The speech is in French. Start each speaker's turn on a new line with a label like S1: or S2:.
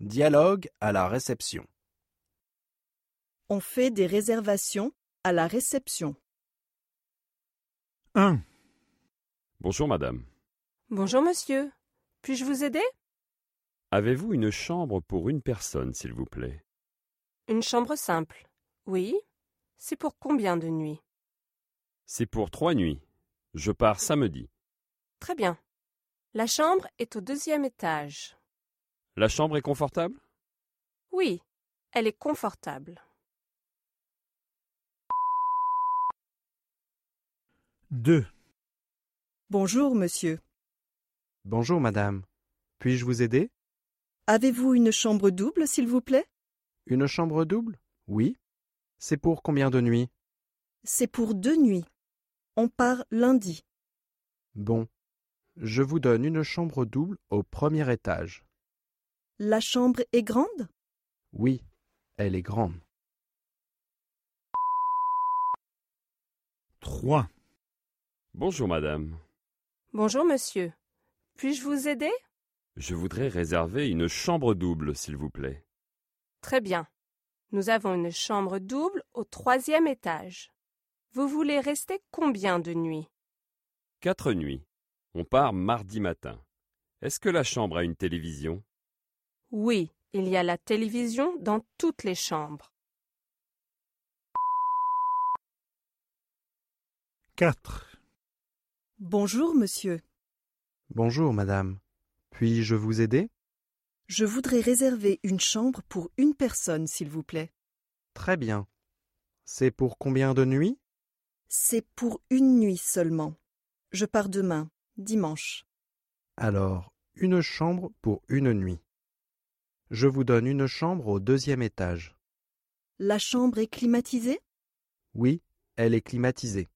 S1: Dialogue à la réception.
S2: On fait des réservations à la réception.
S3: 1,
S4: Bonjour madame.
S5: Bonjour monsieur. Puis-je vous aider
S4: Avez-vous une chambre pour une personne, s'il vous plaît
S5: Une chambre simple. Oui. C'est pour combien de nuits
S4: C'est pour trois nuits. Je pars samedi.
S5: Très bien. La chambre est au deuxième étage.
S4: La chambre est confortable
S5: Oui, elle est confortable.
S3: 2,
S2: Bonjour, monsieur.
S6: Bonjour madame. Puis-je vous aider
S2: Avez-vous une chambre double, s'il vous plaît
S6: Une chambre double Oui. C'est pour combien de nuits
S2: C'est pour deux nuits. On part lundi.
S6: Bon. Je vous donne une chambre double au premier étage.
S2: La chambre est grande
S6: Oui, elle est grande.
S3: 3,
S4: Bonjour madame.
S5: Bonjour monsieur. Puis-je vous aider
S4: Je voudrais réserver une chambre double, s'il vous plaît.
S5: Très bien. Nous avons une chambre double au troisième étage. Vous voulez rester combien de nuits
S4: Quatre nuits. On part mardi matin. Est-ce que la chambre a une télévision
S5: Oui, il y a la télévision dans toutes les chambres.
S3: 4,
S2: Bonjour, monsieur.
S6: Bonjour madame. Puis-je vous aider
S2: Je voudrais réserver une chambre pour une personne, s'il vous plaît.
S6: Très bien. C'est pour combien de nuits
S2: C'est pour une nuit seulement. Je pars demain, dimanche.
S6: Alors, une chambre pour une nuit. Je vous donne une chambre au deuxième étage.
S2: La chambre est climatisée
S6: Oui, elle est climatisée.